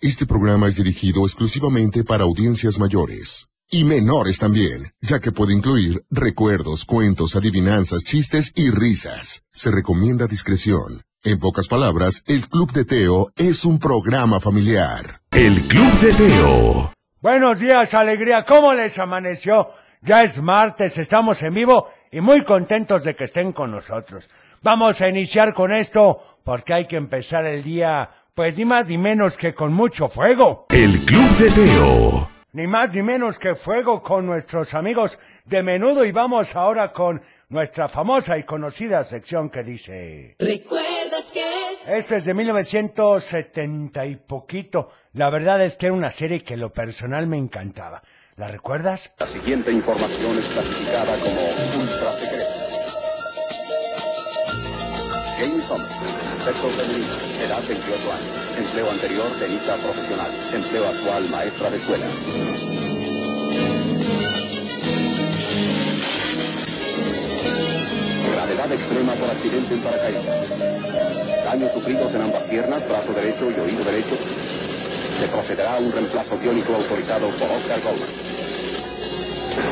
Este programa es dirigido exclusivamente para audiencias mayores y menores también, ya que puede incluir recuerdos, cuentos, adivinanzas, chistes y risas. Se recomienda discreción. En pocas palabras, el Club de Teo es un programa familiar. El Club de Teo. Buenos días, alegría. ¿Cómo les amaneció? Ya es martes, estamos en vivo y muy contentos de que estén con nosotros. Vamos a iniciar con esto porque hay que empezar el día, pues ni más ni menos que con mucho fuego. El Club de Teo. Ni más ni menos que fuego con nuestros amigos de menudo y vamos ahora con nuestra famosa y conocida sección que dice... ¿Recuerdas que? Esto es de 1970 y poquito. La verdad es que era una serie que lo personal me encantaba. ¿La recuerdas? La siguiente información es clasificada como ultra secreta. James Thomas, sexo femenino, edad 28 años, empleo anterior tenista profesional, empleo actual maestra de escuela. Gravedad extrema por accidente en paracaídas. Daños sufridos en ambas piernas, brazo derecho y oído derecho. Se procederá a un reemplazo biónico autorizado por Oscar Goldman.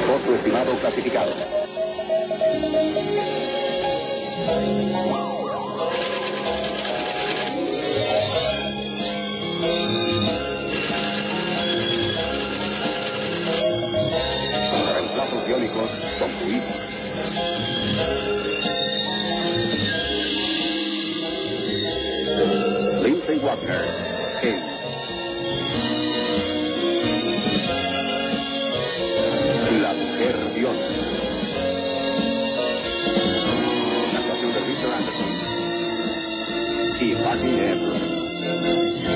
Costo estimado clasificado. Reemplazos biónicos concluidos. Lindsay Wagner, King. La mujer biónica. Actuación de Richard Anderson y Fanny Evans.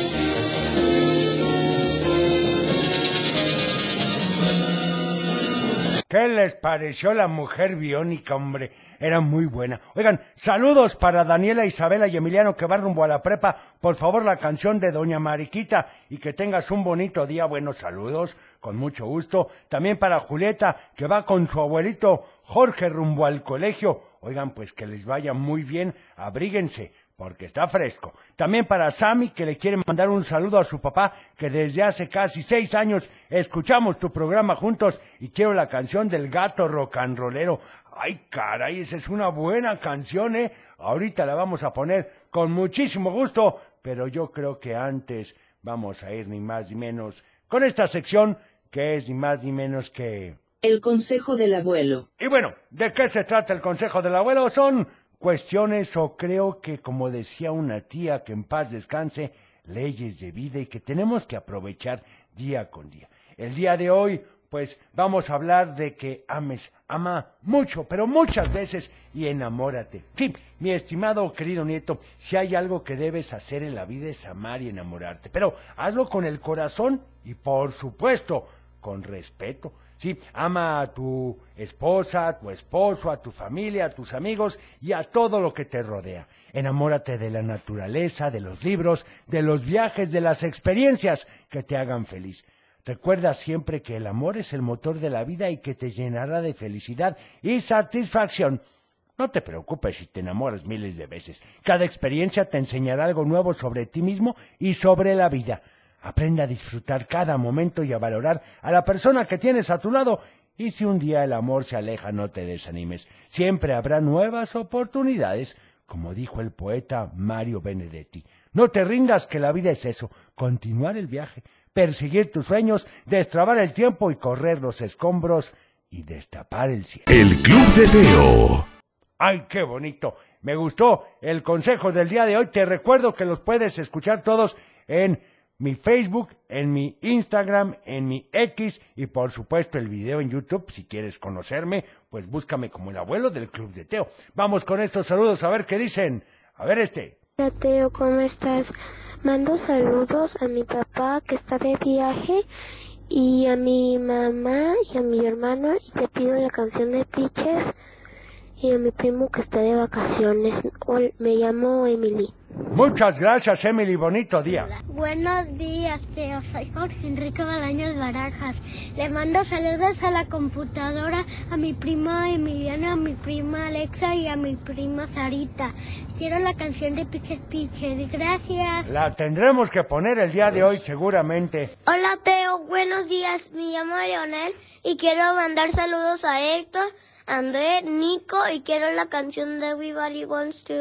¿Qué les pareció la mujer biónica, hombre? Era muy buena. Oigan, saludos para Daniela, Isabela y Emiliano que van rumbo a la prepa. Por favor, la canción de Doña Mariquita y que tengas un bonito día. Buenos saludos, con mucho gusto. También para Julieta que va con su abuelito Jorge rumbo al colegio. Oigan, pues que les vaya muy bien. Abríguense. Porque está fresco. También para Sammy, que le quiere mandar un saludo a su papá, que desde hace casi seis años escuchamos tu programa juntos y quiero la canción del gato rocanrolero. Ay, caray, esa es una buena canción, ¿eh? Ahorita la vamos a poner con muchísimo gusto, pero yo creo que antes vamos a ir ni más ni menos con esta sección, que es ni más ni menos que... El consejo del abuelo. Y bueno, ¿de qué se trata el consejo del abuelo? Son cuestiones o creo que, como decía una tía, que en paz descanse, leyes de vida y que tenemos que aprovechar día con día. El día de hoy, pues vamos a hablar de que ames, ama mucho, pero muchas veces y enamórate. Sí, mi estimado querido nieto, si hay algo que debes hacer en la vida es amar y enamorarte, pero hazlo con el corazón y por supuesto, con respeto. Sí, ama a tu esposa, a tu esposo, a tu familia, a tus amigos y a todo lo que te rodea. Enamórate de la naturaleza, de los libros, de los viajes, de las experiencias que te hagan feliz. Recuerda siempre que el amor es el motor de la vida y que te llenará de felicidad y satisfacción. No te preocupes si te enamoras miles de veces. Cada experiencia te enseñará algo nuevo sobre ti mismo y sobre la vida. Aprende a disfrutar cada momento y a valorar a la persona que tienes a tu lado. Y si un día el amor se aleja, no te desanimes. Siempre habrá nuevas oportunidades, como dijo el poeta Mario Benedetti. No te rindas que la vida es eso, continuar el viaje, perseguir tus sueños, destrabar el tiempo y correr los escombros y destapar el cielo. El Club de Teo. ¡Ay, qué bonito! Me gustó el consejo del día de hoy. Te recuerdo que los puedes escuchar todos en mi Facebook, en mi Instagram, en mi X y por supuesto el video en YouTube. Si quieres conocerme, pues búscame como el abuelo del Club de Teo. Vamos con estos saludos a ver qué dicen. A ver este. Hola Teo, ¿cómo estás? Mando saludos a mi papá que está de viaje y a mi mamá y a mi hermano y te pido la canción de Piches y a mi primo que está de vacaciones. Hol- Me llamo Emily. Muchas gracias, Emily. Bonito día. Buenos días, Teo. Soy Jorge Enrique Balaños Barajas. Le mando saludos a la computadora, a mi prima Emiliana, a mi prima Alexa y a mi prima Sarita. Quiero la canción de Piches Piches. Gracias. La tendremos que poner el día de hoy seguramente. Hola, Teo. Buenos días. Me llamo Leonel y quiero mandar saludos a Héctor. André, Nico y quiero la canción de Everybody Wants to...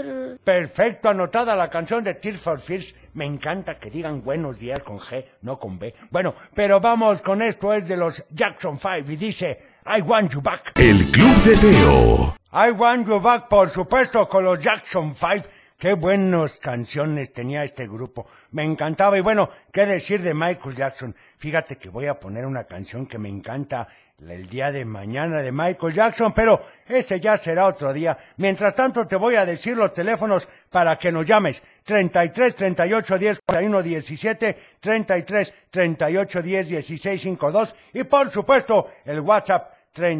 Perfecto, anotada la canción de Tears for Fears. Me encanta que digan buenos días con G, no con B. Bueno, pero vamos con esto, es de los Jackson 5 y dice, I want you back. El Club de Teo. I want you back, por supuesto, con los Jackson 5. Qué buenas canciones tenía este grupo. Me encantaba. Y bueno, ¿qué decir de Michael Jackson? Fíjate que voy a poner una canción que me encanta el día de mañana de Michael Jackson, pero ese ya será otro día. Mientras tanto te voy a decir los teléfonos para que nos llames. 33 38 10 41 17, 33 38 10 16 52 y por supuesto el WhatsApp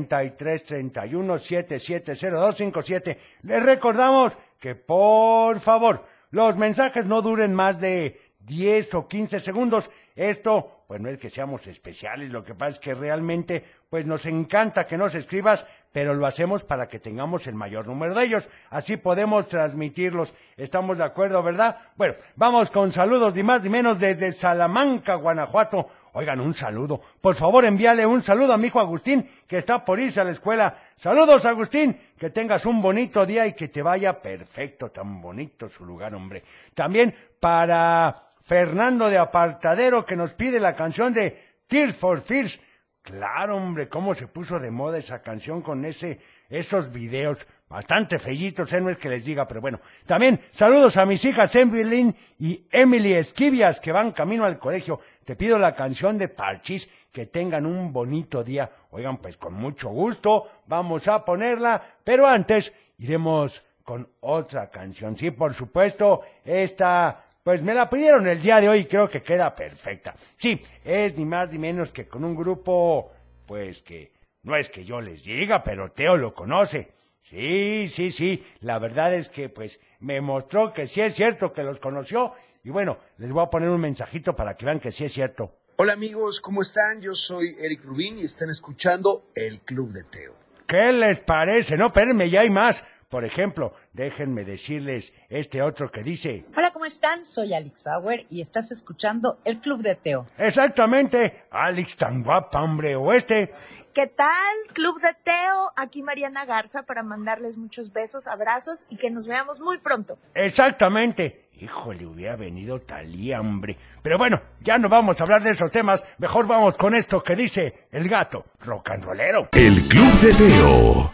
33 31 77 02 57. Les recordamos que por favor los mensajes no duren más de 10 o 15 segundos. Esto pues no es que seamos especiales, lo que pasa es que realmente pues nos encanta que nos escribas, pero lo hacemos para que tengamos el mayor número de ellos, así podemos transmitirlos. ¿Estamos de acuerdo, verdad? Bueno, vamos con saludos ni más ni menos desde Salamanca, Guanajuato. Oigan, un saludo. Por favor, envíale un saludo a mi hijo Agustín, que está por irse a la escuela. Saludos, Agustín. Que tengas un bonito día y que te vaya perfecto. Tan bonito su lugar, hombre. También para Fernando de Apartadero que nos pide la canción de Tears for Fears. Claro, hombre, cómo se puso de moda esa canción con ese, esos videos bastante fellitos, eh, no es que les diga, pero bueno. También saludos a mis hijas Emily y Emily Esquivias que van camino al colegio. Te pido la canción de Parchis, que tengan un bonito día. Oigan, pues con mucho gusto vamos a ponerla, pero antes iremos con otra canción. Sí, por supuesto, esta pues me la pidieron el día de hoy y creo que queda perfecta. Sí, es ni más ni menos que con un grupo, pues que no es que yo les diga, pero Teo lo conoce. Sí, sí, sí, la verdad es que pues me mostró que sí es cierto que los conoció y bueno, les voy a poner un mensajito para que vean que sí es cierto. Hola amigos, ¿cómo están? Yo soy Eric Rubín y están escuchando El Club de Teo. ¿Qué les parece? No, espérenme, ya hay más. Por ejemplo, déjenme decirles este otro que dice. Hola, ¿cómo están? Soy Alex Bauer y estás escuchando El Club de Teo. Exactamente, Alex tan guapa, hombre, o este. ¿Qué tal, Club de Teo? Aquí Mariana Garza para mandarles muchos besos, abrazos y que nos veamos muy pronto. Exactamente. Híjole, hubiera venido talía, hombre. Pero bueno, ya no vamos a hablar de esos temas. Mejor vamos con esto que dice el gato rocanrolero. El Club de Teo.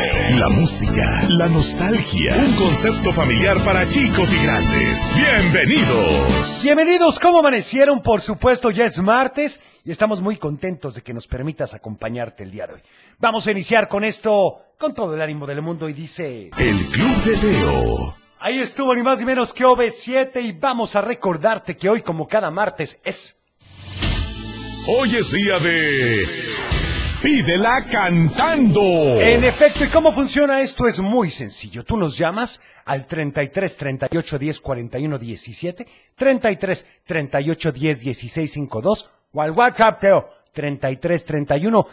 La música, la nostalgia, un concepto familiar para chicos y grandes. Bienvenidos. Bienvenidos, ¿cómo amanecieron? Por supuesto, ya es martes y estamos muy contentos de que nos permitas acompañarte el día de hoy. Vamos a iniciar con esto, con todo el ánimo del mundo y dice... El Club de Teo. Ahí estuvo ni más ni menos que OB7 y vamos a recordarte que hoy como cada martes es... Hoy es día de... Pídela cantando. Oh. En efecto, ¿y cómo funciona esto? Es muy sencillo. Tú nos llamas al 33 38 10 41 17, 33 38 10 16 52 o al WhatsApp, Teo, 33 31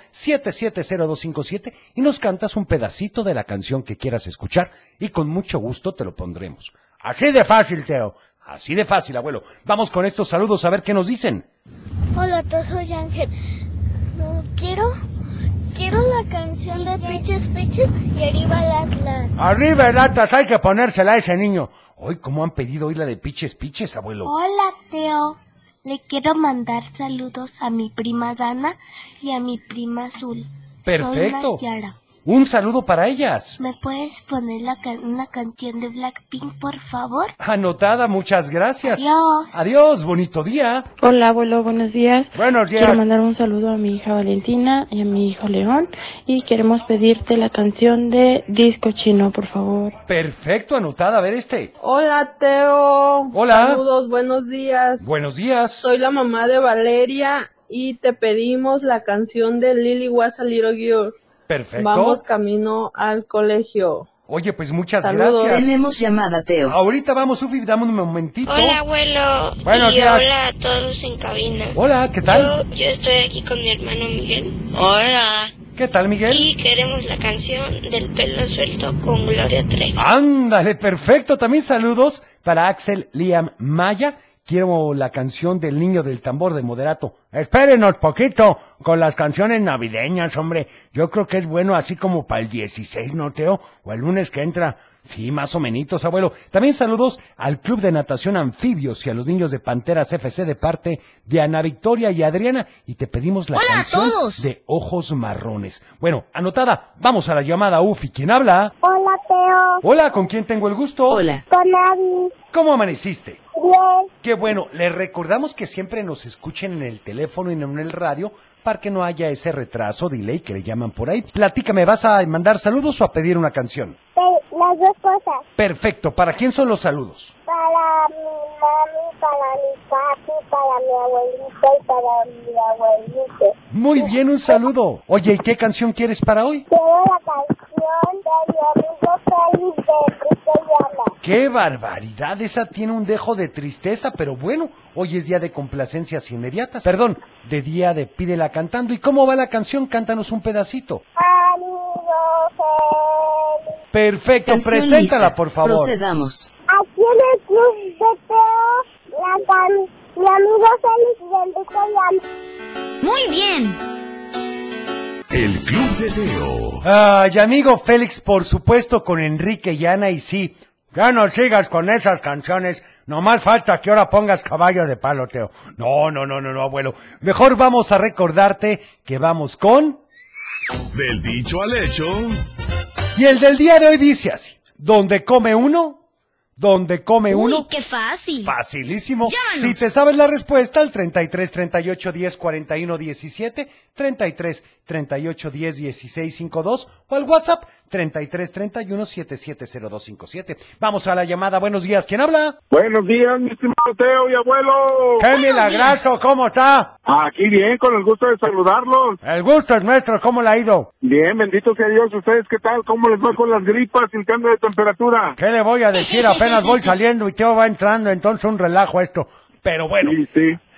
770257 y nos cantas un pedacito de la canción que quieras escuchar y con mucho gusto te lo pondremos. Así de fácil, Teo. Así de fácil, abuelo. Vamos con estos saludos a ver qué nos dicen. Hola, yo soy Ángel. No, quiero, quiero la canción de Piches Piches y arriba el Atlas. Arriba el Atlas, hay que ponérsela a ese niño. Hoy, ¿cómo han pedido hoy la de Piches Piches, abuelo? Hola, Teo. Le quiero mandar saludos a mi prima Dana y a mi prima Azul. Perfecto. Soy Masyara. Un saludo para ellas. ¿Me puedes poner la can- una canción de Blackpink, por favor? Anotada, muchas gracias. Adiós. Adiós, bonito día. Hola abuelo, buenos días. Buenos días. Quiero mandar un saludo a mi hija Valentina y a mi hijo León y queremos pedirte la canción de Disco Chino, por favor. Perfecto, anotada. A ver este. Hola, Teo. Hola. Saludos, buenos días. Buenos días. Soy la mamá de Valeria y te pedimos la canción de Lily Was a Little Girl. Perfecto. Vamos camino al colegio. Oye, pues muchas Saludos. gracias. Ah, Tenemos llamada, Teo. Ahorita vamos, Sufi, dame un momentito. Hola abuelo. Buenos y días. hola a todos en cabina. Hola, ¿qué tal? Yo, yo estoy aquí con mi hermano Miguel. Hola. ¿Qué tal, Miguel? Y queremos la canción del pelo suelto con Gloria Trevi. Ándale, perfecto. También saludos para Axel Liam Maya. Quiero la canción del niño del tambor de moderato. Espérenos poquito con las canciones navideñas, hombre. Yo creo que es bueno así como para el 16, ¿no, Teo? O el lunes que entra. Sí, más o menitos, abuelo. También saludos al Club de Natación Anfibios y a los niños de Panteras FC de parte de Ana Victoria y Adriana. Y te pedimos la Hola a canción todos. de Ojos Marrones. Bueno, anotada. Vamos a la llamada Ufi. ¿Quién habla? Hola Teo. Hola, ¿con quién tengo el gusto? Hola. Con Abby. ¿Cómo amaneciste? Bien. Qué bueno, les recordamos que siempre nos escuchen en el teléfono y no en el radio para que no haya ese retraso, delay que le llaman por ahí. Platícame, ¿vas a mandar saludos o a pedir una canción? Las dos cosas. Perfecto, ¿para quién son los saludos? Para mi mami, para mi papi, para mi abuelita y para mi abuelito. Muy bien, un saludo. Oye, ¿y qué canción quieres para hoy? Quiero la canción de mi amigo Félix de Cristo Llama. ¡Qué barbaridad! Esa tiene un dejo de tristeza, pero bueno, hoy es día de complacencias inmediatas. Perdón, de día de pídela cantando. ¿Y cómo va la canción? Cántanos un pedacito. Amigo Félix. Perfecto, Canción preséntala, lista. por favor. Procedamos. Aquí en el club de Teo, la can... mi amigo Félix de Enrique Llama. Muy bien. El Club de Teo. Ay, amigo Félix, por supuesto, con Enrique y Ana, y sí. Ya no sigas con esas canciones. Nomás falta que ahora pongas caballo de paloteo. No, no, no, no, no, abuelo. Mejor vamos a recordarte que vamos con... Del dicho al hecho. Y el del día de hoy dice así. Donde come uno, donde come Uy, uno... qué fácil. Facilísimo. Llámanos. Si te sabes la respuesta, al 33 38 10 41 17, 33 38 10 16 52 o al WhatsApp 33 31 7702 57. Vamos a la llamada. Buenos días. ¿Quién habla? Buenos días, mi estimado Teo y abuelo. ¡Qué milagroso! ¿Cómo está? Aquí bien, con el gusto de saludarlos. El gusto es nuestro. ¿Cómo le ha ido? Bien, bendito sea Dios. ¿Ustedes qué tal? ¿Cómo les va con las gripas y el cambio de temperatura? ¿Qué le voy a decir? Apenas voy saliendo y Teo va entrando, entonces un relajo esto. Pero bueno.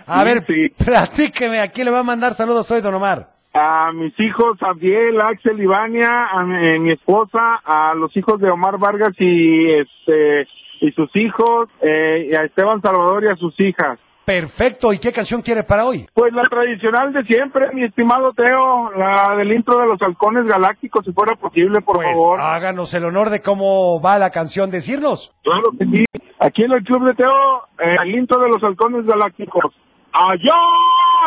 A Sí, ver, sí. platíqueme. ¿A quién le va a mandar saludos hoy, Don Omar? A mis hijos, Abdiel, Axel, Ivania, a mi, eh, mi esposa, a los hijos de Omar Vargas y este y sus hijos, eh, y a Esteban Salvador y a sus hijas. Perfecto. ¿Y qué canción quiere para hoy? Pues la tradicional de siempre, mi estimado Teo, la del intro de los halcones galácticos, si fuera posible, por Pues favor. háganos el honor de cómo va la canción, decirnos. Claro que sí. Aquí en el Club de Teo, eh, el intro de los halcones galácticos. ¡Allá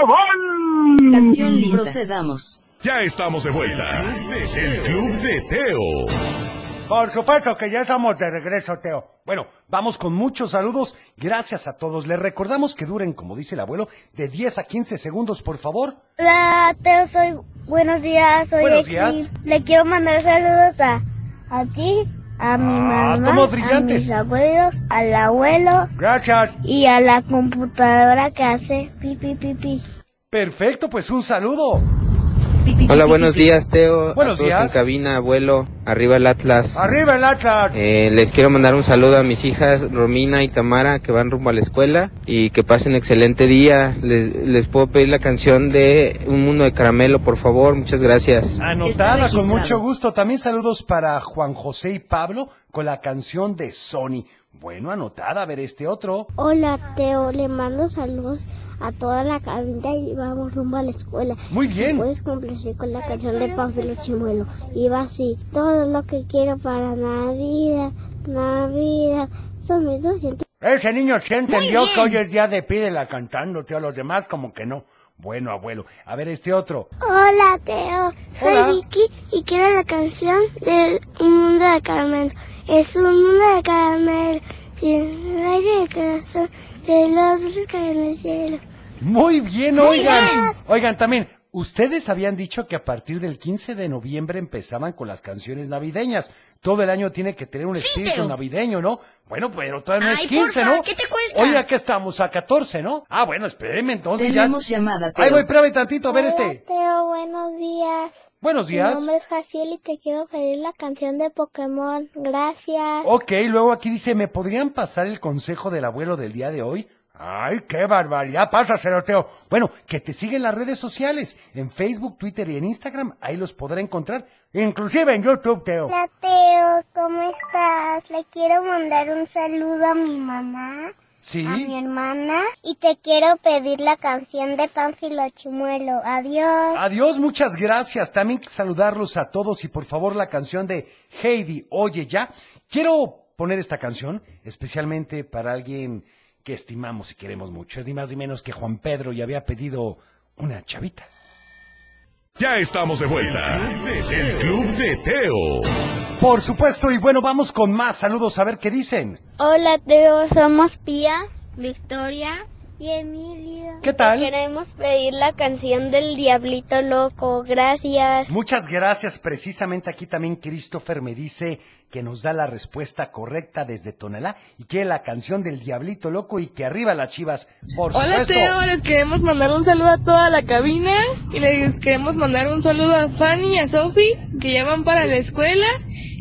van! Mm. Canción lista. Procedamos. Ya estamos de vuelta. El Club de Teo. Por supuesto que ya estamos de regreso, Teo. Bueno, vamos con muchos saludos. Gracias a todos. Les recordamos que duren, como dice el abuelo, de 10 a 15 segundos, por favor. Hola, Teo, soy. Buenos días, soy Buenos X. días. Le quiero mandar saludos a, a ti, a mi Ah, mamá, todos a brillantes. mis abuelos, al abuelo Gracias. y a la computadora que hace pipi pipi. Perfecto, pues un saludo. Hola, buenos días, Teo. Buenos a todos días. en cabina, abuelo. Arriba el Atlas. Arriba el Atlas. Eh, les quiero mandar un saludo a mis hijas Romina y Tamara que van rumbo a la escuela y que pasen excelente día. Les, les puedo pedir la canción de Un Mundo de Caramelo, por favor. Muchas gracias. Anotada Está con mucho registrado. gusto. También saludos para Juan José y Pablo con la canción de Sony. Bueno, anotada. A ver este otro. Hola Teo, le mando saludos a toda la cabina y vamos rumbo a la escuela. Muy bien. Puedes complacer con la canción de Panfilo Chimuelo. Y va así, todo lo que quiero para Navidad, Navidad, son mis 200. Ese niño sí entendió bien. que hoy es día de pídela cantándote a los demás como que no. Bueno, abuelo. A ver este otro. Hola, Teo. Soy Hola. Vicky y quiero la canción del mundo de caramelo. Es un mundo de caramelo. Y el aire de corazón de los dulces que hay en el cielo. Muy bien, oigan. Oigan, también, ustedes habían dicho que a partir del 15 de noviembre empezaban con las canciones navideñas. Todo el año tiene que tener un espíritu Teo. navideño, ¿no? Bueno, pero todavía no es Ay, 15, porfa, ¿no? ¿qué te cuesta? Hoy aquí estamos a 14, ¿no? Ah, bueno, espéreme entonces Tenemos ya. llamada, Ay, Teo. voy, espérame tantito, a ver este. Teo, buenos días. Buenos días. Mi nombre es Jaciel y te quiero pedir la canción de Pokémon. Gracias. Ok, luego aquí dice, ¿me podrían pasar el consejo del abuelo del día de hoy? Ay, qué barbaridad, pásaselo, Teo. Bueno, que te siguen las redes sociales, en Facebook, Twitter y en Instagram, ahí los podrá encontrar, inclusive en YouTube, Teo. Hola Teo, ¿cómo estás? Le quiero mandar un saludo a mi mamá, Sí. a mi hermana y te quiero pedir la canción de Pánfilo Chimuelo. Adiós. Adiós, muchas gracias. También saludarlos a todos y por favor la canción de Heidi, Oye ya. Quiero poner esta canción especialmente para alguien que estimamos y queremos mucho. Es ni más ni menos que Juan Pedro y había pedido una chavita. Ya estamos de vuelta. El Club de Teo. Por supuesto, y bueno, vamos con más saludos a ver qué dicen. Hola Teo, somos Pía, Victoria y Emilio. ¿Qué tal? Te queremos pedir la canción del Diablito Loco, gracias. Muchas gracias. Precisamente aquí también Christopher me dice que nos da la respuesta correcta desde Tonalá y que la canción del Diablito Loco y que arriba las chivas. Por Hola supuesto. Teo, les queremos mandar un saludo a toda la cabina y les queremos mandar un saludo a Fanny y a Sophie que ya van para la escuela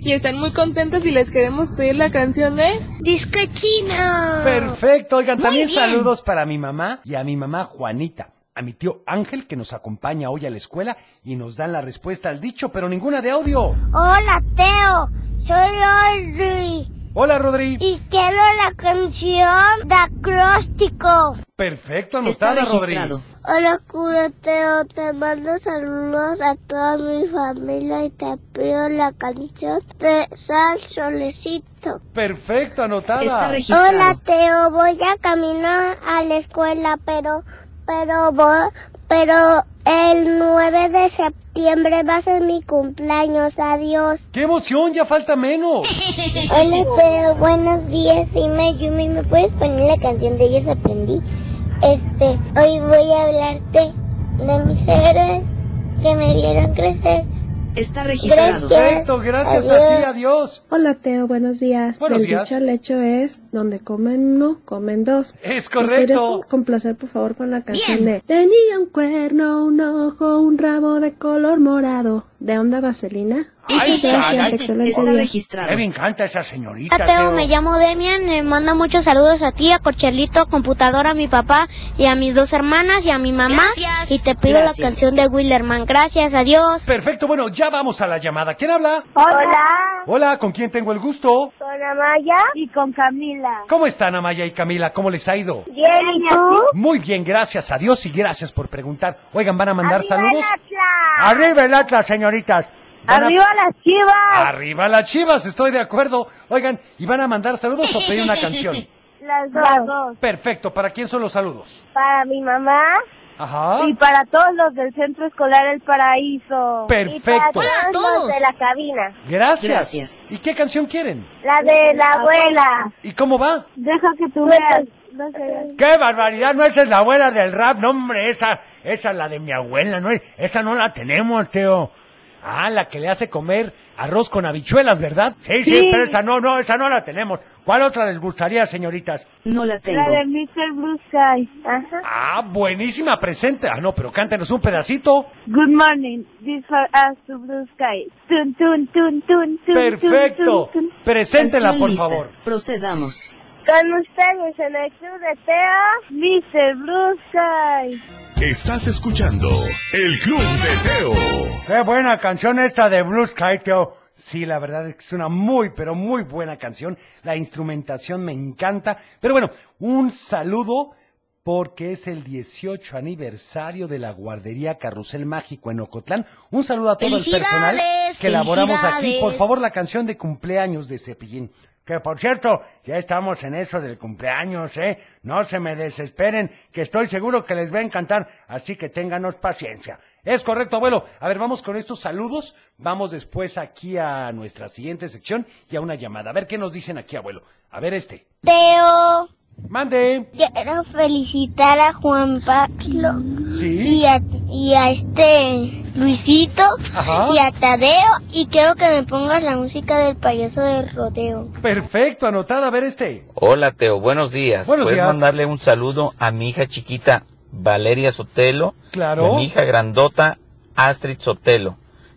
y están muy contentas y les queremos pedir la canción de Disco Chino. Perfecto, oigan, Muy también bien. saludos para mi mamá y a mi mamá Juanita, a mi tío Ángel que nos acompaña hoy a la escuela y nos dan la respuesta al dicho, pero ninguna de audio. Hola Teo, soy Audrey Hola, Rodri. y quiero la canción de Acróstico. Perfecto, anotada, Rodri. Hola Curoteo, te mando saludos a toda mi familia y te pido la canción de Sal Solecito. Perfecto, anotada. Hola Teo, voy a caminar a la escuela, pero, pero, vo- pero el 9 de septiembre va a ser mi cumpleaños, adiós. ¡Qué emoción! ¡Ya falta menos! Hola Teo, buenos días, soy Mayumi, ¿me puedes poner la canción de Ellos Aprendí? Este, hoy voy a hablarte de mis héroes que me vieron crecer. Está registrado. Perfecto, gracias a ti, adiós. Hola Teo, buenos días. Buenos Del días. dicho al hecho es donde comen uno, comen dos. Es ¿Podrías correcto. complacer por favor con la canción de Tenía un cuerno, un ojo, un rabo de color morado. ¿De onda vaselina? Ay, Muchas gracias, caray. excelente día. Qué me encanta esa señorita. Hola Teo, Teo. me llamo Demian, le mando muchos saludos a ti, a Corchelito, computadora, a mi papá y a mis dos hermanas y a mi mamá. Y te pido la Gracias. canción de Willerman. Gracias, adiós. Perfecto, bueno, ya vamos a la llamada. ¿Quién habla? Hola, Hola, ¿con quién tengo el gusto? con Amaya y con Camila. ¿Cómo están Amaya y Camila? ¿Cómo les ha ido? Bien, ¿y tú? Muy bien, gracias a Dios y gracias por preguntar. Oigan, ¿van a mandar saludos? Atlas! Arriba el Atlas, señoritas. Van a- las chivas! Arriba las chivas, estoy de acuerdo. Oigan, ¿y van a mandar saludos o pedir una canción? Las dos. Perfecto, ¿para quién son los saludos? Para mi mamá Ajá. para todos los del Centro Escolar El Paraíso. Perfecto. Y para todos Hola a todos. de la cabina. Gracias. ¿Y qué canción quieren? La de la abuela. ¿Y cómo va? Deja que tú veas. ¡Qué barbaridad! No, esa es la abuela del rap, no, hombre, esa, esa es la de mi abuela, no, es- esa no la tenemos, Teo. Ah, la que le hace comer arroz con habichuelas, ¿verdad? Sí, sí, Sí. pero esa no, no, esa no la tenemos. ¿Cuál otra les gustaría, señoritas? No la tengo. Mr. Blue Sky. Ajá. Ah, buenísima, presente. Ah, no, pero cántenos un pedacito. Good morning, this for us to blue sky. Tun, tun, tun, tun, tun, Perfecto. tun, tun, tun. Preséntela, por lista. favor. Procedamos. Con ustedes en el club de Teo, Mr. Blue Sky. Estás escuchando El Club de Teo. Qué buena canción esta de Blue Sky, Teo. Sí, la verdad es que es una muy, pero muy buena canción. La instrumentación me encanta. Pero bueno, un saludo porque es el 18 aniversario de la guardería Carrusel Mágico en Ocotlán. Un saludo a todo el personal que elaboramos aquí. Por favor, la canción de cumpleaños de Cepillín. Que por cierto, ya estamos en eso del cumpleaños, ¿eh? No se me desesperen, que estoy seguro que les va a encantar, así que ténganos paciencia. Es correcto, abuelo. A ver, vamos con estos saludos. Vamos después aquí a nuestra siguiente sección y a una llamada. A ver qué nos dicen aquí, abuelo. A ver este. Teo. Mande. Quiero felicitar a Juan Pablo. Sí. Y a, y a este Luisito. Ajá. Y a Tadeo. Y quiero que me pongas la música del payaso del rodeo. Perfecto, anotada. A ver este. Hola Teo, buenos días. Buenos ¿Puedes días. mandarle un saludo a mi hija chiquita Valeria Sotelo? Claro. Y a mi hija grandota Astrid Sotelo,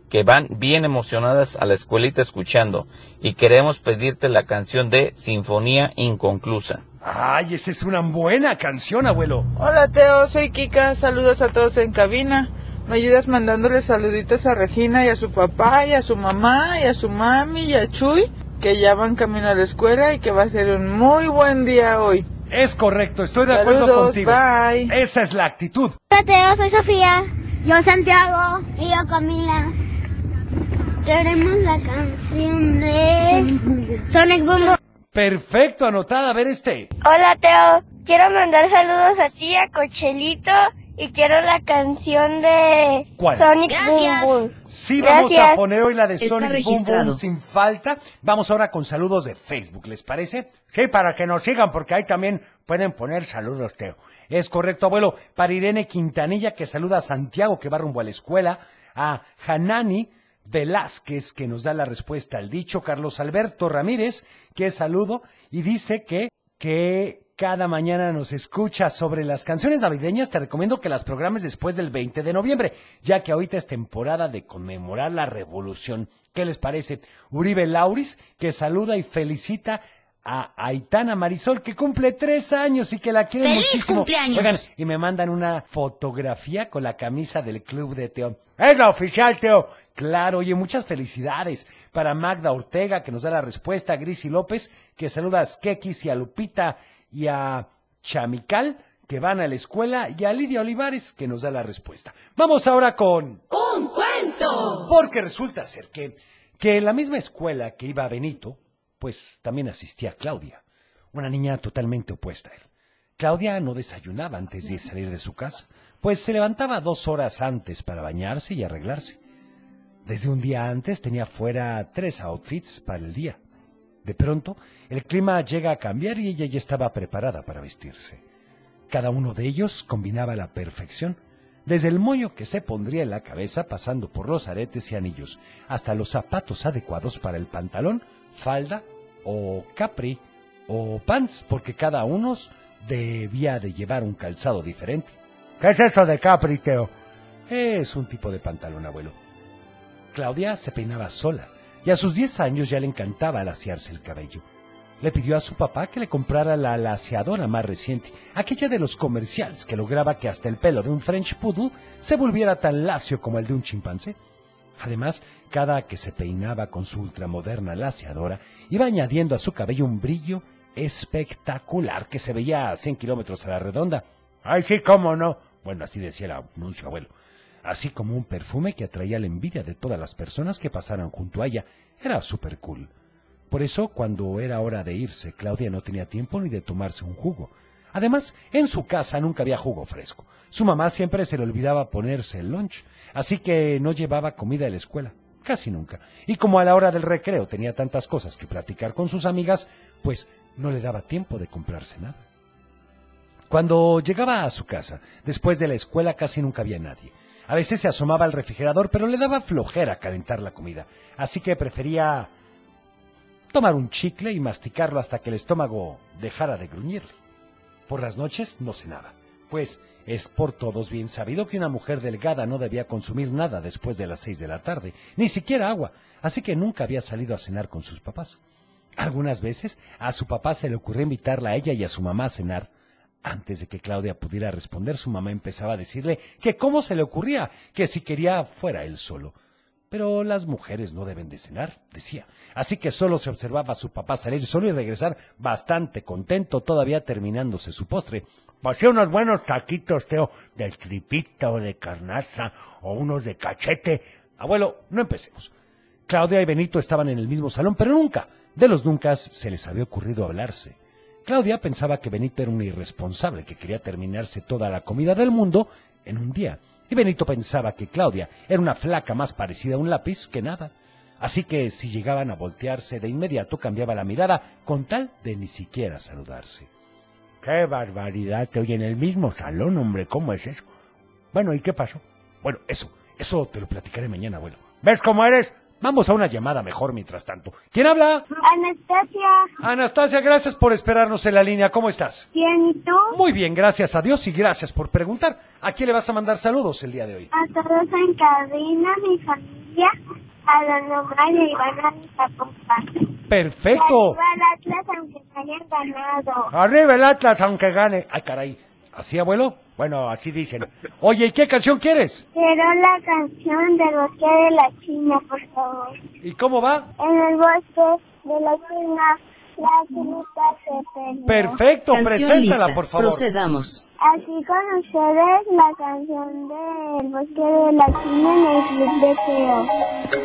que van bien emocionadas a la escuelita escuchando. Y queremos pedirte la canción de Sinfonía Inconclusa. Ay, esa es una buena canción, abuelo. Hola Teo, soy Kika, saludos a todos en cabina. Me ayudas mandándole saluditos a Regina y a su papá y a su mamá y a su mami y a Chuy, que ya van camino a la escuela y que va a ser un muy buen día hoy. Es correcto, estoy de acuerdo Saludos, contigo. bye. Esa es la actitud. Hola, Teo, soy Sofía. Yo Santiago. Y yo Camila. Queremos la canción de Sonic Boom. Boom. Perfecto, anotada. A ver este. Hola Teo, quiero mandar saludos a ti, a Cochelito y quiero la canción de ¿Cuál? Sonic Gracias. Boom Boom. Sí, vamos Gracias. a poner hoy la de Está Sonic Boom Boom registrado. sin falta. Vamos ahora con saludos de Facebook, ¿les parece? Sí, para que nos sigan, porque ahí también pueden poner saludos, Teo. Es correcto, abuelo. Para Irene Quintanilla, que saluda a Santiago, que va rumbo a la escuela. A Hanani Velázquez, que nos da la respuesta al dicho. Carlos Alberto Ramírez, que saludo. Y dice que, que cada mañana nos escucha sobre las canciones navideñas. Te recomiendo que las programes después del 20 de noviembre, ya que ahorita es temporada de conmemorar la revolución. ¿Qué les parece? Uribe Lauris, que saluda y felicita a Aitana Marisol, que cumple tres años y que la quieren ¡Feliz muchísimo. cumpleaños! Oigan, y me mandan una fotografía con la camisa del club de Teo. Es la oficial, Teo. Claro, oye, muchas felicidades para Magda Ortega, que nos da la respuesta, a Grisi López, que saluda a Skekis y a Lupita y a Chamical, que van a la escuela, y a Lidia Olivares, que nos da la respuesta. Vamos ahora con... ¡Un cuento! Porque resulta ser que, que en la misma escuela que iba Benito, pues también asistía Claudia, una niña totalmente opuesta a él. Claudia no desayunaba antes de salir de su casa, pues se levantaba dos horas antes para bañarse y arreglarse. Desde un día antes tenía fuera tres outfits para el día. De pronto, el clima llega a cambiar y ella ya estaba preparada para vestirse. Cada uno de ellos combinaba a la perfección, desde el moño que se pondría en la cabeza pasando por los aretes y anillos, hasta los zapatos adecuados para el pantalón, falda o capri o pants, porque cada uno debía de llevar un calzado diferente. ¿Qué es eso de Capri, Teo? Es un tipo de pantalón, abuelo. Claudia se peinaba sola y a sus 10 años ya le encantaba lasearse el cabello. Le pidió a su papá que le comprara la laseadora más reciente, aquella de los comerciales que lograba que hasta el pelo de un French Poodle se volviera tan lacio como el de un chimpancé. Además, cada que se peinaba con su ultramoderna laseadora, iba añadiendo a su cabello un brillo espectacular que se veía a 100 kilómetros a la redonda. ¡Ay, sí, cómo no! Bueno, así decía el anuncio, abuelo. Así como un perfume que atraía la envidia de todas las personas que pasaran junto a ella. Era súper cool. Por eso, cuando era hora de irse, Claudia no tenía tiempo ni de tomarse un jugo. Además, en su casa nunca había jugo fresco. Su mamá siempre se le olvidaba ponerse el lunch, así que no llevaba comida a la escuela, casi nunca. Y como a la hora del recreo tenía tantas cosas que platicar con sus amigas, pues no le daba tiempo de comprarse nada. Cuando llegaba a su casa, después de la escuela casi nunca había nadie. A veces se asomaba al refrigerador, pero le daba flojera calentar la comida, así que prefería tomar un chicle y masticarlo hasta que el estómago dejara de gruñirle. Por las noches no cenaba, pues es por todos bien sabido que una mujer delgada no debía consumir nada después de las seis de la tarde, ni siquiera agua, así que nunca había salido a cenar con sus papás. Algunas veces a su papá se le ocurrió invitarla a ella y a su mamá a cenar. Antes de que Claudia pudiera responder, su mamá empezaba a decirle que cómo se le ocurría, que si quería fuera él solo. Pero las mujeres no deben de cenar, decía. Así que solo se observaba a su papá salir solo y regresar bastante contento, todavía terminándose su postre. Pasé unos buenos taquitos, Teo, de tripita o de carnaza, o unos de cachete. Abuelo, no empecemos. Claudia y Benito estaban en el mismo salón, pero nunca, de los nunca, se les había ocurrido hablarse. Claudia pensaba que Benito era un irresponsable que quería terminarse toda la comida del mundo en un día, y Benito pensaba que Claudia era una flaca más parecida a un lápiz que nada. Así que si llegaban a voltearse de inmediato cambiaba la mirada con tal de ni siquiera saludarse. ¡Qué barbaridad! Te oye en el mismo salón, hombre, ¿cómo es eso? Bueno, ¿y qué pasó? Bueno, eso, eso te lo platicaré mañana, abuelo. ¿Ves cómo eres? Vamos a una llamada mejor mientras tanto. ¿Quién habla? Anastasia. Anastasia, gracias por esperarnos en la línea. ¿Cómo estás? Bien, ¿y tú? Muy bien, gracias a Dios y gracias por preguntar. ¿A quién le vas a mandar saludos el día de hoy? A todos en cabina, mi familia, a don Omar y a Ivana, mis papás. Y ¡Perfecto! arriba el Atlas, aunque no hayan ganado. Arriba el Atlas, aunque gane. Ay, caray. ¿Así, abuelo? Bueno, así dicen. Oye, ¿y qué canción quieres? Quiero la canción del bosque de la China, por favor. ¿Y cómo va? En el bosque de la China, la chinita se perdió. Perfecto, Canción preséntala, lista. por favor. Procedamos. Aquí con ustedes la canción del bosque de la China en el Club de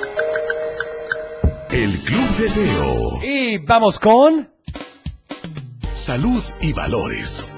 Teo. El Club de Teo. Y vamos con... Salud y valores.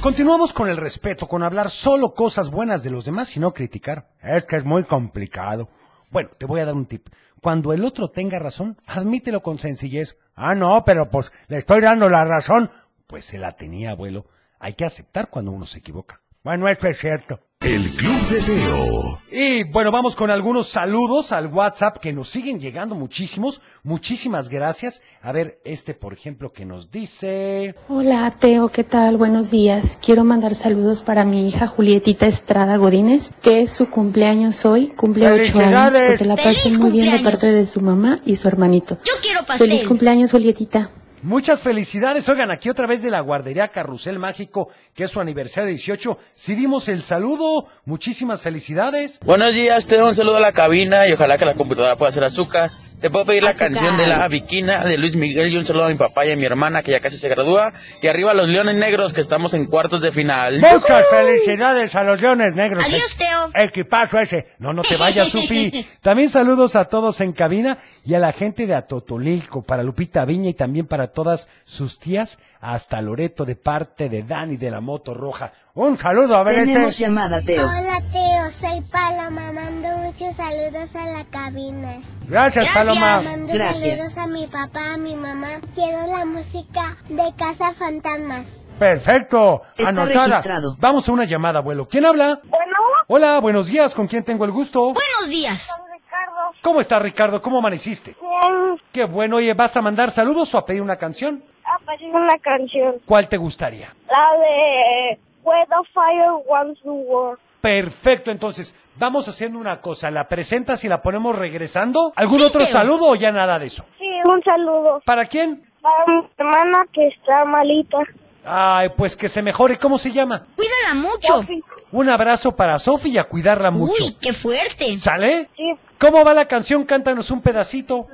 Continuamos con el respeto, con hablar solo cosas buenas de los demás y no criticar. Es que es muy complicado. Bueno, te voy a dar un tip. Cuando el otro tenga razón, admítelo con sencillez. Ah, no, pero pues le estoy dando la razón. Pues se la tenía, abuelo. Hay que aceptar cuando uno se equivoca. Bueno, esto es cierto. El Club de Teo. Y bueno, vamos con algunos saludos al WhatsApp que nos siguen llegando muchísimos. Muchísimas gracias. A ver, este, por ejemplo, que nos dice... Hola, Teo, ¿qué tal? Buenos días. Quiero mandar saludos para mi hija Julietita Estrada Godínez, que es su cumpleaños hoy, cumple ocho años. ¡Felicidades! Que se la ¡Feliz pasen muy bien de cumpleaños! parte de su mamá y su hermanito. Yo quiero pastel. Feliz cumpleaños, Julietita. Muchas felicidades. Oigan, aquí otra vez de la guardería Carrusel Mágico, que es su aniversario 18. Si dimos el saludo, muchísimas felicidades. Buenos días, te doy un saludo a la cabina y ojalá que la computadora pueda hacer azúcar. Te puedo pedir la Azúcar. canción de la Viquina de Luis Miguel y un saludo a mi papá y a mi hermana que ya casi se gradúa. Y arriba los Leones Negros que estamos en cuartos de final. Muchas felicidades a los leones negros. Adiós, Teo. Equipazo ese. No, no te vayas, Supi. También saludos a todos en cabina y a la gente de Atotolilco, para Lupita Viña y también para todas sus tías, hasta Loreto de parte de Dani de la Moto Roja. Un saludo, a ver Tenemos este. llamada, Teo. Hola Teo, soy Paloma, mando muchos saludos a la cabina. Gracias, Paloma. Mando Gracias. saludos a mi papá, a mi mamá. Quiero la música de Casa Fantasmas. Perfecto. Está Anotada. registrado. Vamos a una llamada, abuelo. ¿Quién habla? Bueno, Hola, buenos días. ¿Con quién tengo el gusto? Buenos días. Ricardo, ¿Cómo está, Ricardo? ¿Cómo amaneciste? ¿quién Qué bueno. Oye, ¿vas a mandar saludos o a pedir una canción? ha pedido una canción? ¿Cuál te gustaría? La de Where the Fire Wants the World. Perfecto, entonces vamos haciendo una cosa, la presentas y la ponemos regresando. ¿Algún Sí, otro Teo. saludo o ya nada de eso? Sí, un saludo ¿Para quién? para mi hermana que está malita. Ay, pues que se mejore, ¿cómo se llama? Cuídala mucho. Sí, Un abrazo para Sofi y a cuidarla mucho. Uy, qué fuerte. ¿Sale? sí. ¿Cómo va la canción? Cántanos un pedacito.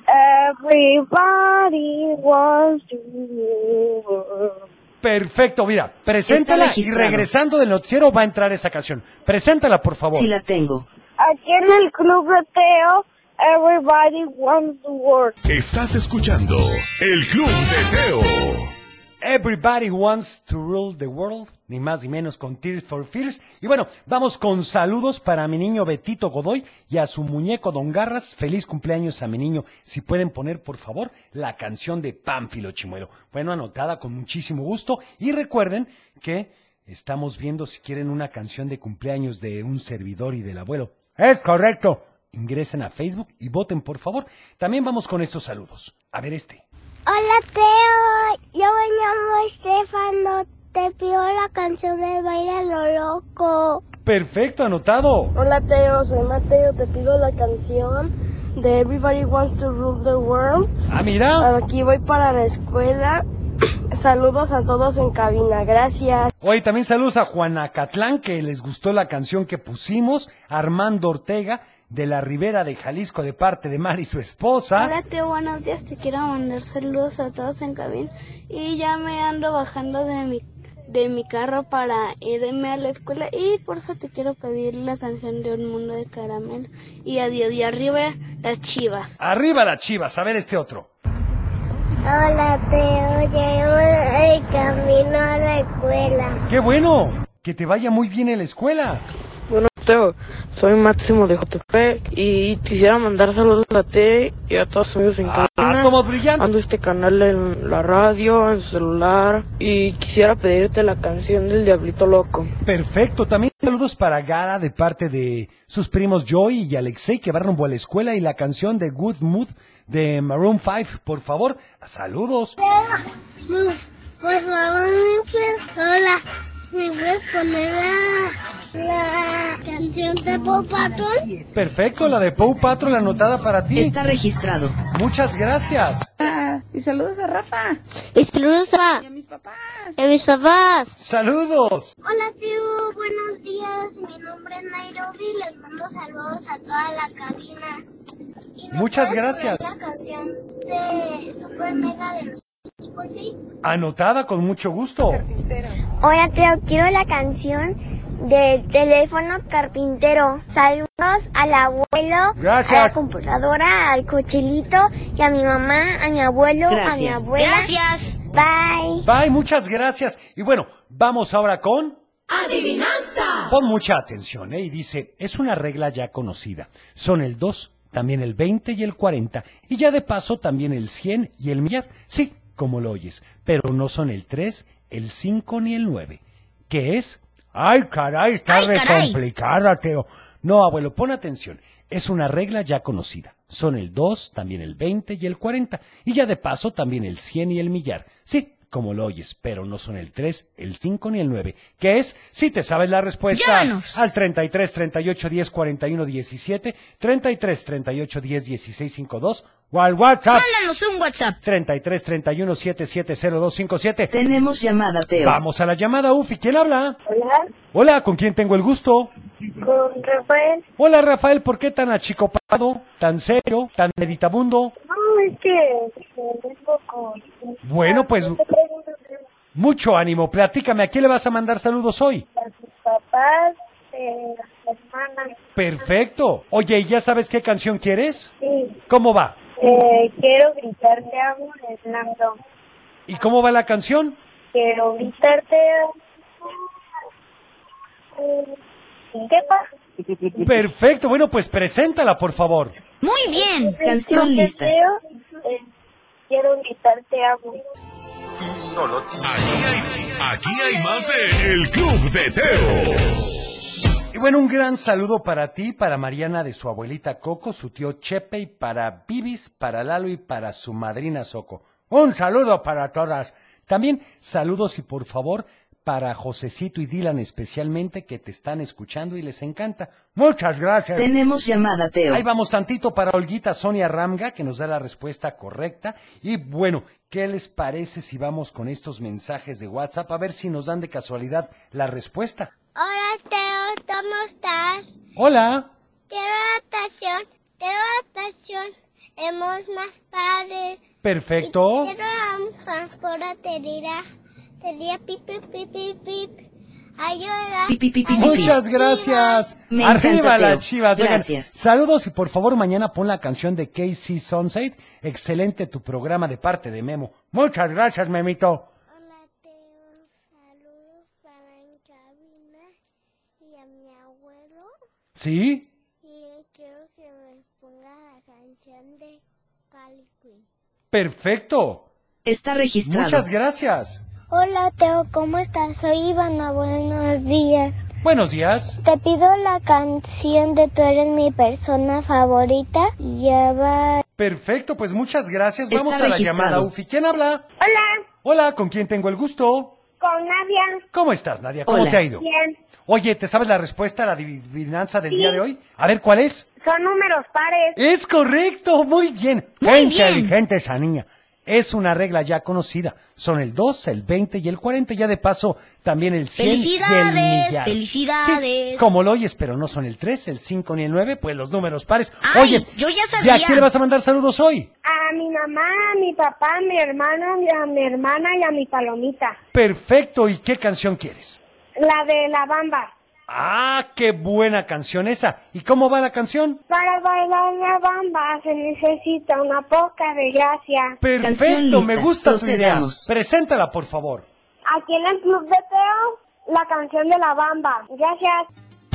Everybody wants to world. Perfecto, mira, preséntala y registrado. regresando del noticiero va a entrar esa canción. Preséntala, por favor. Sí la tengo. Aquí en el club de Teo, Everybody wants to world. Estás escuchando El Club de Teo. Everybody wants to rule the world, ni más ni menos con Tears for Fears. Y bueno, vamos con saludos para mi niño Betito Godoy y a su muñeco Don Garras. Feliz cumpleaños a mi niño. Si pueden poner, por favor, la canción de Pánfilo Chimuelo. Bueno, anotada con muchísimo gusto. Y recuerden que estamos viendo si quieren una canción de cumpleaños de un servidor y del abuelo. Es correcto. Ingresen a Facebook y voten, por favor. También vamos con estos saludos. A ver este. Hola Teo, yo me llamo Estefano. Te pido la canción de Baile a lo Loco. Perfecto, anotado. Hola Teo, soy Mateo, te pido la canción de Everybody Wants to Rule the World. Ah, mira. Aquí voy para la escuela Saludos a todos en cabina, gracias. Oye, también saludos a Juanacatlán, que les gustó la canción que pusimos, Armando Ortega, de la Ribera de Jalisco, de parte de Mari, su esposa. Hola, tío, buenos días. Te quiero mandar saludos a todos en cabina. Y ya me ando bajando de mi, de mi carro para irme a la escuela. Y por favor, te quiero pedir la canción de Un Mundo de Caramelo. Y adiós, y arriba las chivas. Arriba las chivas, a ver este otro. Hola, Teo. Llevo el camino a la escuela. ¡Qué bueno! Que te vaya muy bien en la escuela. Bueno, Teo, soy Máximo de JP y quisiera mandar saludos a ti y a todos mis amigos en Ah, cabina. Tomás Brillante. Ando este canal en la radio, en su celular y quisiera pedirte la canción del Diablito Loco. Perfecto, también saludos para Gara de parte de sus primos Joy y Alexei que van rumbo a la escuela y la canción de Good Mood de Maroon 5, por favor, saludos. Por favor, me puedes, hola, ¿me puedes poner la, la canción de Pop Patrol? Perfecto, la de Pou Patrol anotada para ti. Está registrado. Muchas gracias. Y saludos a Rafa. Y saludos a, mis papás. mis papás. Saludos. Hola, tío, buenos días, mi nombre es Nairobi, les mando saludos a toda la cabina. ¿Y me Muchas puedes gracias. poner La canción de Super Mega de Luis, por fin? Anotada con mucho gusto. Hola, Teo, quiero la canción del teléfono carpintero. Saludos al abuelo, Gracias. a la computadora, al cochilito y a mi mamá, a mi abuelo, a mi Gracias. abuela. Gracias. Bye. Bye, muchas gracias. Y bueno, vamos ahora con... Adivinanza. Pon mucha atención, ¿eh? Y dice, es una regla ya conocida. Son el 2, también el 20 y el 40, y ya de paso también el 100 y el millar. Sí, como lo oyes, pero no son el 3, el 5 ni el 9. ¿Qué es? ¡Ay, caray! Está ¡Ay, re caray! complicada, Teo. No, abuelo, pon atención. Es una regla ya conocida. Son el 2, también el 20 y el 40, y ya de paso también el 100 y el millar. Sí, como lo oyes, pero no son el 3, el 5 ni el 9. ¿Qué es? Si te sabes la respuesta. Al 33 38 10 41 17, 33 38 10 16 52 o al WhatsApp. Mándanos un WhatsApp. 33 31 770257. Tenemos llamada, Teo. Vamos a la llamada Ufi, ¿quién habla? Hola, Hola, ¿con quién tengo el gusto? con Rafael. Hola Rafael, ¿por qué tan achicopado, tan serio, tan meditabundo? No, es que me poco. Bueno, pues mucho ánimo, platícame, ¿a quién le vas a mandar saludos hoy? a sus papás, eh, a su hermana. Perfecto. Oye, ¿y ya sabes qué canción quieres? Sí, ¿Cómo va? eh, quiero gritarte amo de Hernando. ¿Y cómo va la canción? Quiero gritarte amo. ¿Qué pasa? Perfecto. Bueno, pues preséntala, por favor. Muy bien. Canción Lo que lista. creo, eh, quiero gritarte amo. Aquí hay, aquí hay más de El Club de Teo. Y bueno, un gran saludo para ti, para Mariana de su abuelita Coco, su tío Chepe y para Bibis, para Lalo y para su madrina Soco. Un saludo para todas. También saludos y por favor para Josecito y Dylan especialmente que te están escuchando y les encanta. Muchas gracias. Tenemos llamada, Teo. Ahí vamos tantito para Olguita Sonia Ramga, que nos da la respuesta correcta. Y bueno, ¿qué les parece si vamos con estos mensajes de WhatsApp a ver si nos dan de casualidad la respuesta? Hola, Teo, ¿cómo estás? Hola. Quiero la estación, quiero la estación. Hemos más padre. Perfecto. Quiero la transporta, te dirá, te dirá pip, pip, pip, pip, pip. Ayuda. Pi, pi, pi, pi, pi, pi. Muchas gracias. Me Arriba encanta, Teo. las chivas. Oigan, Gracias. saludos y por favor mañana pon la canción de Casey Sunset. Excelente tu programa de parte de Memo. Muchas gracias, Memito. Y a mi abuelo, ¿Sí? y quiero que me ponga la canción de Cali Queen. Perfecto. Está registrado. Muchas gracias. Hola Teo, ¿cómo estás? Soy Ivana, buenos días. Buenos días. Te pido la canción de Tú eres mi persona favorita. Y Ya va. Perfecto, pues muchas gracias. Está Vamos a la registrado. llamada UFI. ¿Quién habla? Hola, Hola, ¿con quién tengo el gusto? con Nadia. ¿Cómo estás, Nadia? ¿Cómo Hola. te ha ido? Bien. Oye, ¿te sabes la respuesta a la adivinanza del Sí. día de hoy? A ver, ¿cuál es? Son números pares. Es correcto, muy bien. Muy bien. inteligente esa niña. Es una regla ya conocida. Son el 2, el 20 y el 40. Ya de paso, también el 100 y el Felicidades, millar. felicidades. Sí, como lo oyes, pero no son el 3, el 5 ni el 9, pues los números pares. Ay, Oye, yo ya ¿y a sabía. quién le vas a mandar saludos hoy? A mi mamá, a mi papá, a mi hermano, y a mi hermana y a mi palomita. Perfecto, ¿y qué canción quieres? La de la bamba. Ah, qué buena canción esa. ¿Y cómo va la canción? Para bailar la bamba se necesita una poca de gracia. Perfecto, me gusta tu idea. Preséntala, por favor. Aquí en el Club de Teo, la canción de la bamba. Gracias.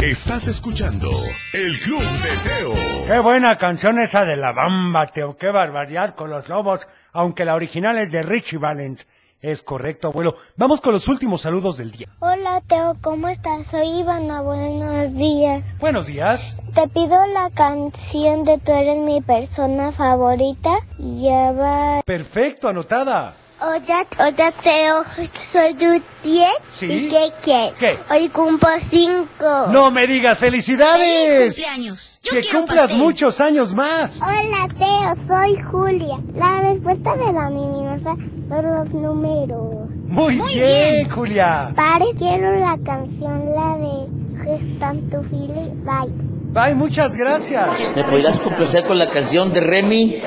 Estás escuchando el Club de Teo. Qué buena canción esa de la bamba, Teo. Qué barbaridad con los lobos. Aunque la original es de Richie Valens. Es correcto, abuelo. Vamos con los últimos saludos del día. Hola Teo, ¿cómo estás? Soy Ivana, buenos días. Buenos días. Te pido la canción de Tú eres mi persona favorita. Ya va. Perfecto, anotada. Hola, hola Teo, soy Dutier. Sí. ¿Y qué quieres? ¿Qué? Hoy cumplo cinco. No me digas felicidades. ¡Feliz cumpleaños! Yo que quiero cumplas pastel. muchos años más. Hola Teo, soy Julia. La respuesta de la adivinanza son los números. Muy, Muy bien, bien. Julia. Pare, quiero la canción, la de Gestan tu fili, bye. Bye, muchas gracias. ¿Me podrás complacer con la canción de Remy?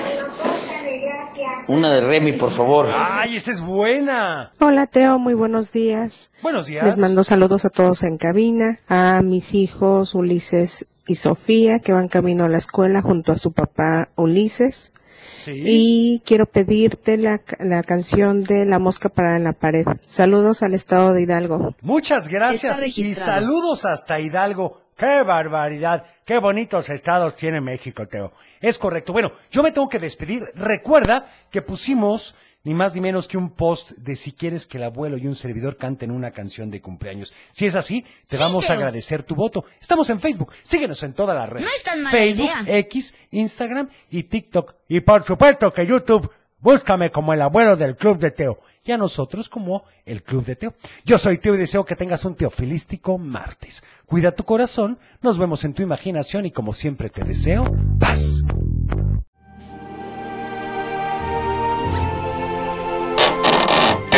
Una de Remy, por favor. Ay, esa es buena. Hola Teo, muy buenos días. Buenos días. Les mando saludos a todos en cabina, a mis hijos Ulises y Sofía, que van camino a la escuela junto a su papá Ulises. Sí. Y quiero pedirte la, ca- la canción de La mosca parada en la pared. Saludos al estado de Hidalgo. Muchas gracias Está y registrado. saludos hasta Hidalgo. ¡Qué barbaridad! ¡Qué bonitos estados tiene México, Teo! Es correcto. Bueno, yo me tengo que despedir. Recuerda que pusimos ni más ni menos que un post de si quieres que el abuelo y un servidor canten una canción de cumpleaños. Si es así, te Sí, vamos a Teo. agradecer tu voto. Estamos en Facebook. Síguenos en todas las redes. No es tan mala Facebook, idea. X, Instagram y TikTok. Y por supuesto que YouTube, búscame como el abuelo del Club de Teo. Y a nosotros como el Club de Teo. Yo soy Teo y deseo que tengas un teofilístico martes. Cuida tu corazón, nos vemos en tu imaginación y como siempre te deseo, paz.